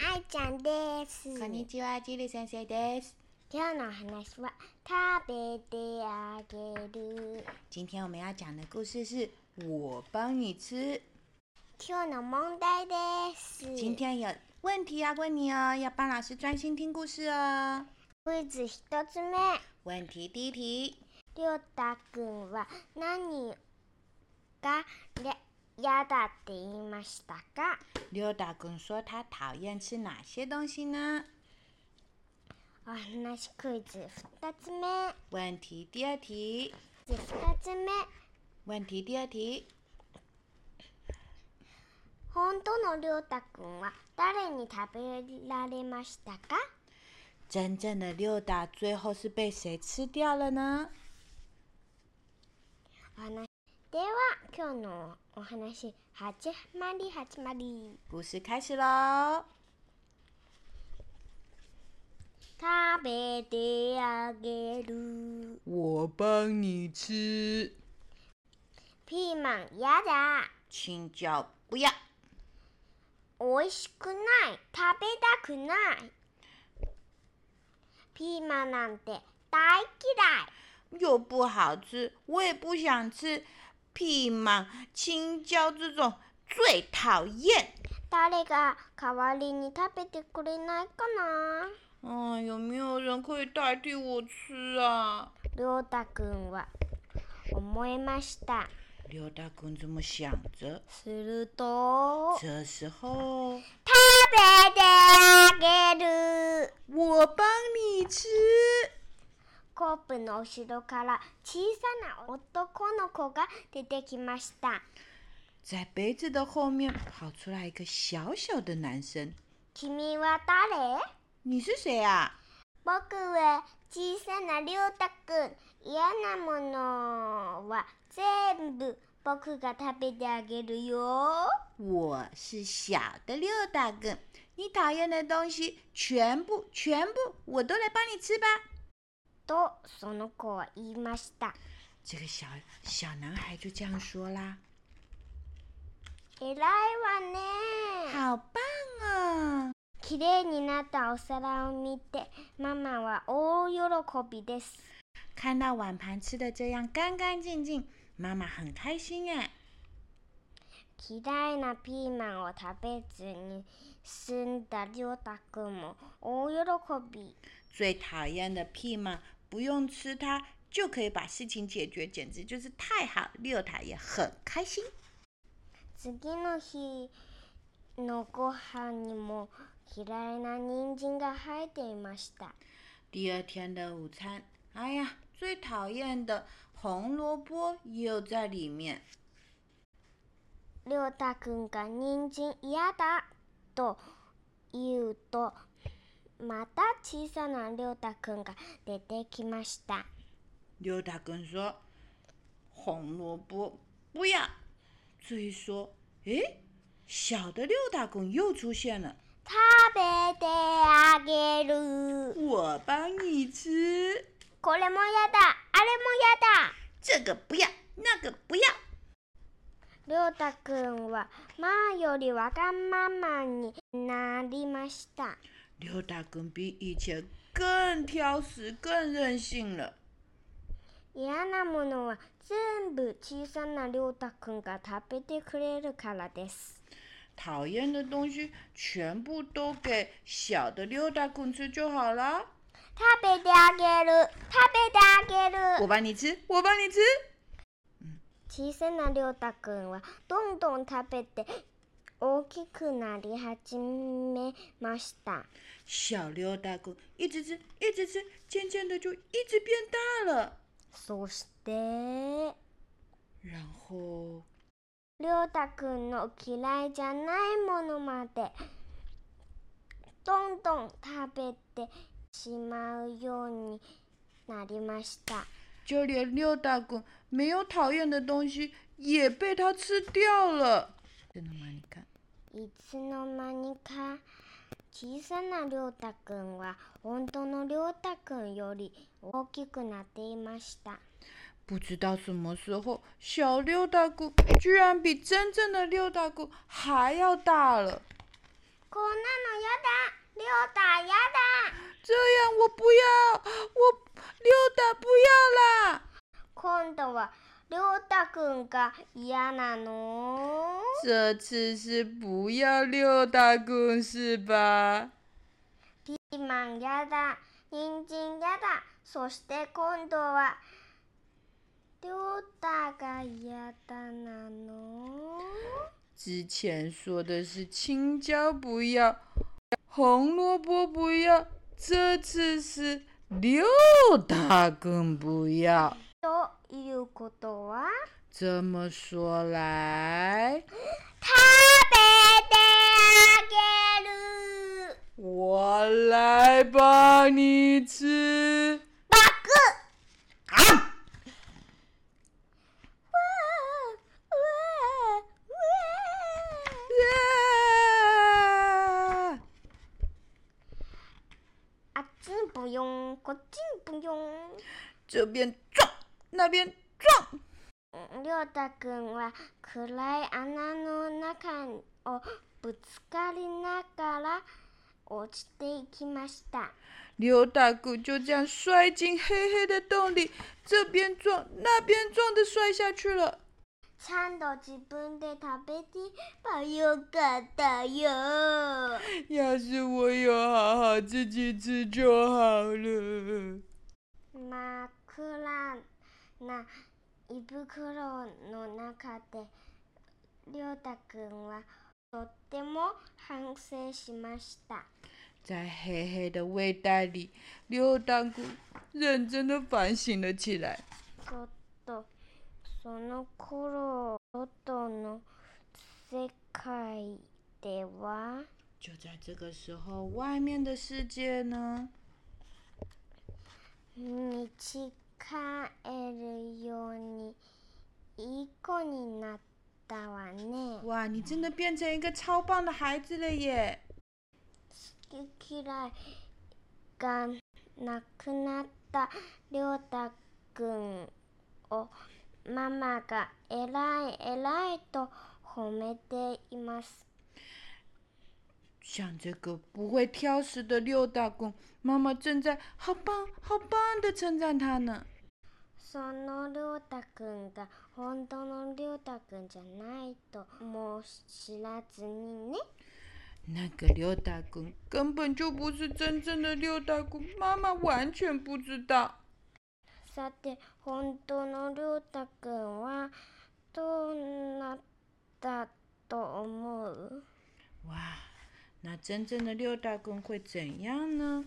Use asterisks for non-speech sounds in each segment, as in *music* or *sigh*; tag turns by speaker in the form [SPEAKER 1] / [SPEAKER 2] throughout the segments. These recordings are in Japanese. [SPEAKER 1] 愛ちゃんです。
[SPEAKER 2] こんにちは、ジル先生です。
[SPEAKER 1] 今日の話は食べてあげる。
[SPEAKER 2] 今天我们要讲的故事是我帮你吃。
[SPEAKER 1] 今日の問題です。
[SPEAKER 2] 今天有问题要问你哦，要帮老师专心听故事哦。
[SPEAKER 1] クイズ一つ目。
[SPEAKER 2] 问题第一题，
[SPEAKER 1] りょうたくんは何がれ嫌だって言いましたか
[SPEAKER 2] 溜达君说他讨厌吃哪些东西呢？
[SPEAKER 1] お話クイズ二つ目。
[SPEAKER 2] 问题第二题，
[SPEAKER 1] クイズ二つ目。
[SPEAKER 2] 问题第二题，
[SPEAKER 1] 本当のりょうたくんは誰に食べられましたか
[SPEAKER 2] 真正的溜达最后是被谁吃掉了呢？
[SPEAKER 1] お話では今日のお話始まり始まり
[SPEAKER 2] 故事开始喽！
[SPEAKER 1] 食べてあげる
[SPEAKER 2] 我帮你吃，
[SPEAKER 1] ピーマンやだ
[SPEAKER 2] 请叫不要。
[SPEAKER 1] 美味しくない食べたくないピーマンなんて大嫌い
[SPEAKER 2] 又不好吃，我也不想吃。屁芒、青椒这种最讨厌。
[SPEAKER 1] 誰が代わりに食べてくれないかな
[SPEAKER 2] 嗯，有没有人可以代替我吃啊？
[SPEAKER 1] りょうたくんは思いました
[SPEAKER 2] 刘大公这么想着。
[SPEAKER 1] すると食
[SPEAKER 2] 这时候，
[SPEAKER 1] べてあげる
[SPEAKER 2] 我帮你吃。
[SPEAKER 1] コープの後ろから小さな男の子が出てきました。
[SPEAKER 2] 在杯子的后面跑出来一个小小的男生。
[SPEAKER 1] 君は誰
[SPEAKER 2] 你是谁啊？
[SPEAKER 1] 僕は小さなりょうたくん。嫌なものは全部僕が食べてあげるよ。
[SPEAKER 2] 我是小的六大哥。你讨厌的东西全部全部我都来帮你吃吧。
[SPEAKER 1] と、その子は言いました。
[SPEAKER 2] 这个小小男孩就这样说啦，
[SPEAKER 1] 偉いわね。
[SPEAKER 2] 好棒啊！
[SPEAKER 1] 綺麗になったお皿を見て、ママは大喜びです。
[SPEAKER 2] 看到碗盘吃的这样干干净净，妈妈很开心哎。
[SPEAKER 1] 嫌いなピーマンを食べずに済んだりょうたくんも大喜び
[SPEAKER 2] 最讨厌的屁嘛，不用吃它就可以把事情解决，简直就是太好。六塔也很开心。
[SPEAKER 1] 次の日のご飯にも嫌いな人参が生えていました
[SPEAKER 2] 第二天的午餐，哎呀，最讨厌的红萝卜也有在里面。
[SPEAKER 1] りょうたくんが人参嫌だと言うとまた小さなりょうたくんが出てきました
[SPEAKER 2] 溜达根说：“红萝卜不要。”这一说，诶，小的溜达狗又出现了。
[SPEAKER 1] 食べてあげる
[SPEAKER 2] 我帮你吃，
[SPEAKER 1] これもやだあれもやだ
[SPEAKER 2] 这个不要，那个不要。
[SPEAKER 1] りょうたくんは前よりわがままになりました
[SPEAKER 2] 溜达根比以前更挑食、更任性了。
[SPEAKER 1] 嫌なものは全部小さなりょうたくんが食べてくれるからです
[SPEAKER 2] 讨厌的东西全部都给小的溜达狗吃就好了。
[SPEAKER 1] 食べてあげる食べてあげ
[SPEAKER 2] *laughs* 我
[SPEAKER 1] る
[SPEAKER 2] 帮你吃，我帮你吃。
[SPEAKER 1] 小さなりょうたくんはどんどん食べて大きくなり始めました
[SPEAKER 2] 小溜达狗一直吃，一直吃，渐渐的就一直变大了。
[SPEAKER 1] そして
[SPEAKER 2] 然后
[SPEAKER 1] りょうたくんの嫌いじゃないものまでどんどん食べてしまうようになりました
[SPEAKER 2] 就连六大滚没有讨厌的东西也被它吃掉了。真的吗？你看，
[SPEAKER 1] いつの間にか小さなりょうたくんは本当のりょうたくんより大きくなっていました
[SPEAKER 2] 不知道什么时候，小六大滚居然比真正的六大滚还要大了。
[SPEAKER 1] こんなのやだりょうたやだ
[SPEAKER 2] 这样我不要，我六大不要啦！
[SPEAKER 1] 今度はりょうたくんが嫌なの
[SPEAKER 2] 这次是不要六大滚是吧？
[SPEAKER 1] ピーマンやだ人参やだそして今度はりょうたが嫌だなの
[SPEAKER 2] 之前说的是青椒不要，红萝卜不要，这次是六大根不要。
[SPEAKER 1] ということは
[SPEAKER 2] 这么说来，
[SPEAKER 1] 食べてあげる
[SPEAKER 2] 我来帮你吃。呀
[SPEAKER 1] あっちんぽよんこっちんぽよん
[SPEAKER 2] 这边撞，那边撞。
[SPEAKER 1] りょうたくんは暗い穴の中をぶつかりながら落ちていきました
[SPEAKER 2] 刘大姑就这样摔进黑黑的洞里，这边撞，那边撞的摔下去了。
[SPEAKER 1] ちゃんと自分で食べてばよかったよ
[SPEAKER 2] 要是我有好好自己吃就好了。
[SPEAKER 1] 真っ暗な胃袋の中でりょうたくんはとっても反省しました
[SPEAKER 2] 在黑黑的胃袋里，刘大姑认真的反省了起来。
[SPEAKER 1] ちょっとその頃外の世界では
[SPEAKER 2] 就在这个时候，外面的世界呢，
[SPEAKER 1] 道帰るようにいい子になったわね
[SPEAKER 2] 哇，你真的变成一个超棒的孩子了耶！
[SPEAKER 1] 好き嫌いがなくなったりょうたくんをママが偉い偉いと褒めています
[SPEAKER 2] 像这个不会挑食的六大公，妈妈正在好棒好棒的称赞他呢。
[SPEAKER 1] そのりょうたくんが本当のりょうたくんじゃないともう知らずにね
[SPEAKER 2] 那个六大公根本就不是真正的六大公，妈妈完全不知道。
[SPEAKER 1] さて本当のりょうたくんはどうなったと思う
[SPEAKER 2] 哇，那真正的六大公会怎样呢？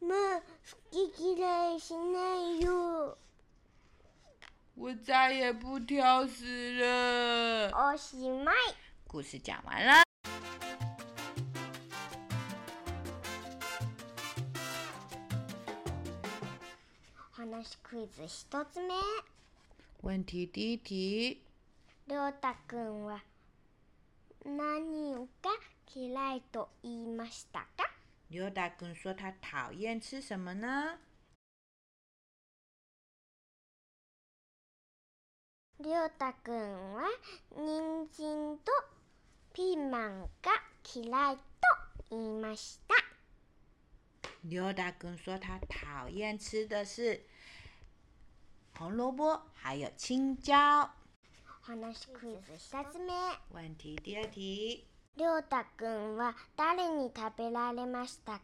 [SPEAKER 1] もう好き嫌いしないよ
[SPEAKER 2] 我再也不挑食了。
[SPEAKER 1] おしまい
[SPEAKER 2] 故事讲完了。
[SPEAKER 1] お話クイズ一つ目
[SPEAKER 2] 问题第一题，
[SPEAKER 1] りょうたくんは何が嫌いと言いましたか
[SPEAKER 2] 六大公说他讨厌吃什么呢？
[SPEAKER 1] りょうたくんは人参とピーマンが嫌いと言いました
[SPEAKER 2] 刘大根说他讨厌吃的是红萝卜，还有青椒。
[SPEAKER 1] お話クイズ2つ目
[SPEAKER 2] 问题第二题，
[SPEAKER 1] りょうたくんは誰に食べられましたか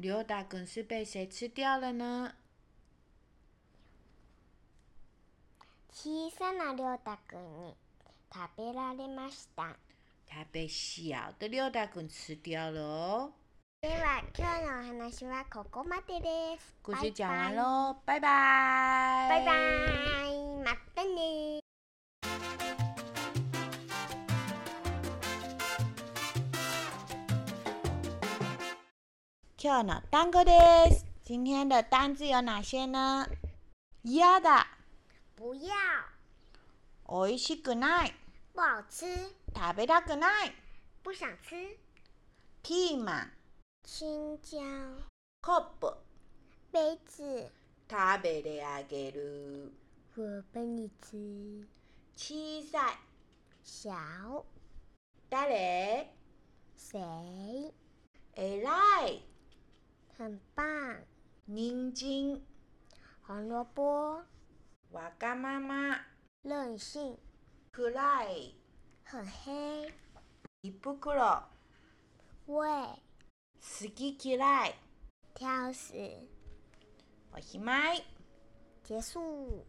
[SPEAKER 2] 刘大根是被谁吃掉了呢？
[SPEAKER 1] 小さなりょうたくんに食べられました
[SPEAKER 2] 他被小的刘大根吃掉了哦。
[SPEAKER 1] では今日のお話はここまでです
[SPEAKER 2] 故事讲完
[SPEAKER 1] バ
[SPEAKER 2] 喽，拜拜，
[SPEAKER 1] イバイバイバイまたね
[SPEAKER 2] 今日の単語です。今天的单字有哪些呢？嫌だ、
[SPEAKER 1] 不要，
[SPEAKER 2] 美味しくない、
[SPEAKER 1] 不好吃，
[SPEAKER 2] 食べたくない、
[SPEAKER 1] 不想吃。
[SPEAKER 2] ピーマン、
[SPEAKER 1] 青椒、
[SPEAKER 2] コップ、
[SPEAKER 1] 杯子，
[SPEAKER 2] 食べてあげる、
[SPEAKER 1] 我帮你吃。
[SPEAKER 2] 小さい、
[SPEAKER 1] 小
[SPEAKER 2] 誰、
[SPEAKER 1] 谁
[SPEAKER 2] 偉い、
[SPEAKER 1] 很棒，
[SPEAKER 2] 人参、
[SPEAKER 1] 红萝卜
[SPEAKER 2] わがまま、
[SPEAKER 1] 任性，
[SPEAKER 2] 暗い、
[SPEAKER 1] 很黑，
[SPEAKER 2] 胃袋、
[SPEAKER 1] 胃
[SPEAKER 2] 好き嫌い、
[SPEAKER 1] 挑食。
[SPEAKER 2] おしまい。
[SPEAKER 1] 结束。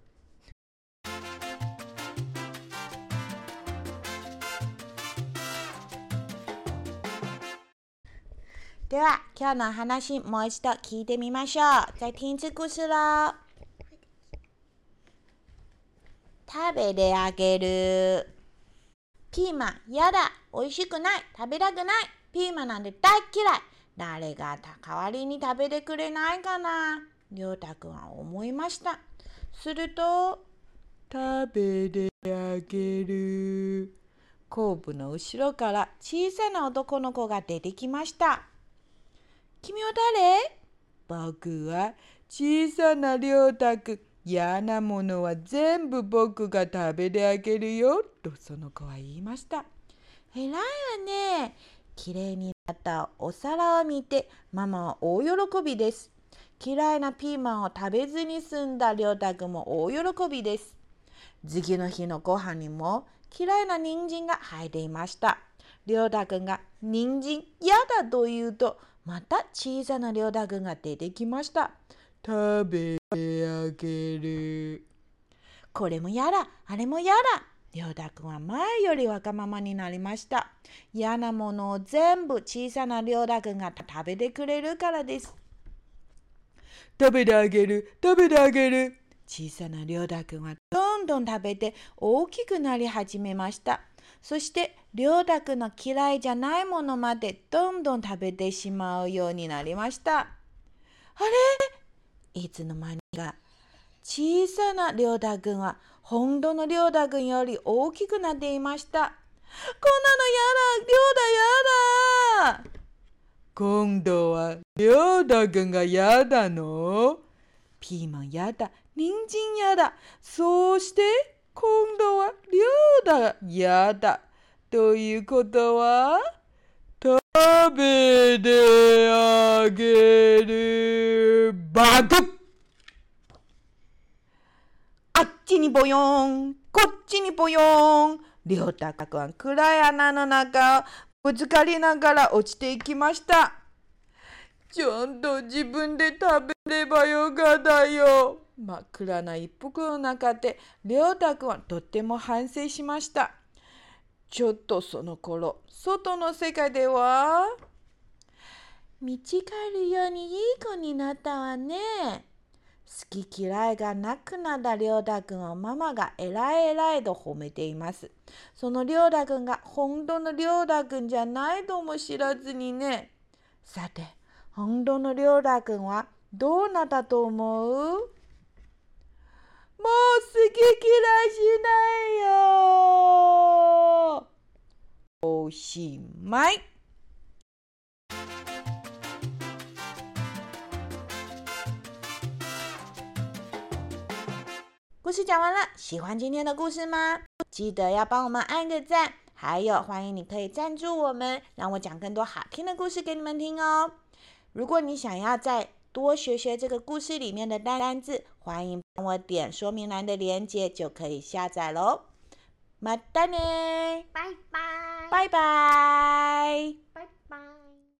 [SPEAKER 2] では、今日の話、もう一度聞いてみましょう。再听一次故事喽。食べてあげる。ピーマン、やだ。美味しくない。食べたくない。ピーマンなんて大っ嫌い。誰が代わりに食べてくれないかな。りょうたくんは思いました。すると、食べてあげる。後部の後ろから小さな男の子が出てきました。君は誰僕は小さな良太くん。嫌なものは全部僕が食べてあげるよ。とその子は言いました。偉いわね。綺麗になったお皿を見てママは大喜びです。嫌いなピーマンを食べずに済んだ良太くんも大喜びです。次の日のご飯にも嫌いな人参が入っていました。りょうたくんが人参嫌だと言うと、また小さなりょうたくんが出てきました。食べてあげる。これもやだ、あれもやだ。りょうたくんは前よりわがままになりました。嫌なものを全部小さなりょうたくんが食べてくれるからです。食べてあげる食べてあげる小さなりょうたくんはどんどん食べて大きくなり始めましたそしてりょうたくんの嫌いじゃないものまでどんどん食べてしまうようになりましたあれいつの間にか小さなりょうたくんは本当のりょうたくんより大きくなっていましたこんなのやだりょうたやだ今度はりょうたくんがやだのピーマンやだ人参やだそうして今度はりょうたがやだということは食べてあげるバグあっちにぼよん、こっちにぼよん。りょうたくんは暗い穴の中をぶつかりながら落ちていきました。ちゃんと自分で食べればよかったよ。真っ暗な一服の中で、りょうたくんはとっても反省しました。ちょっとその頃、外の世界では。道があるようにいい子になったわね。好き嫌いがなくなったりょうたくんをママがえらいえらいと褒めています。そのりょうたくんが本当のりょうたくんじゃないとも知らずにね。さて、本当のりょうたくんはどうなったと思うもう好き嫌いしないよおしまい故事讲完了，喜欢今天的故事吗？记得要帮我们按个赞，还有欢迎你可以赞助我们，让我讲更多好听的故事给你们听哦。如果你想要再多学学这个故事里面的单单字，欢迎帮我点说明栏的链接就可以下载喽。またね，
[SPEAKER 1] 拜拜，
[SPEAKER 2] 拜拜。
[SPEAKER 1] 拜拜。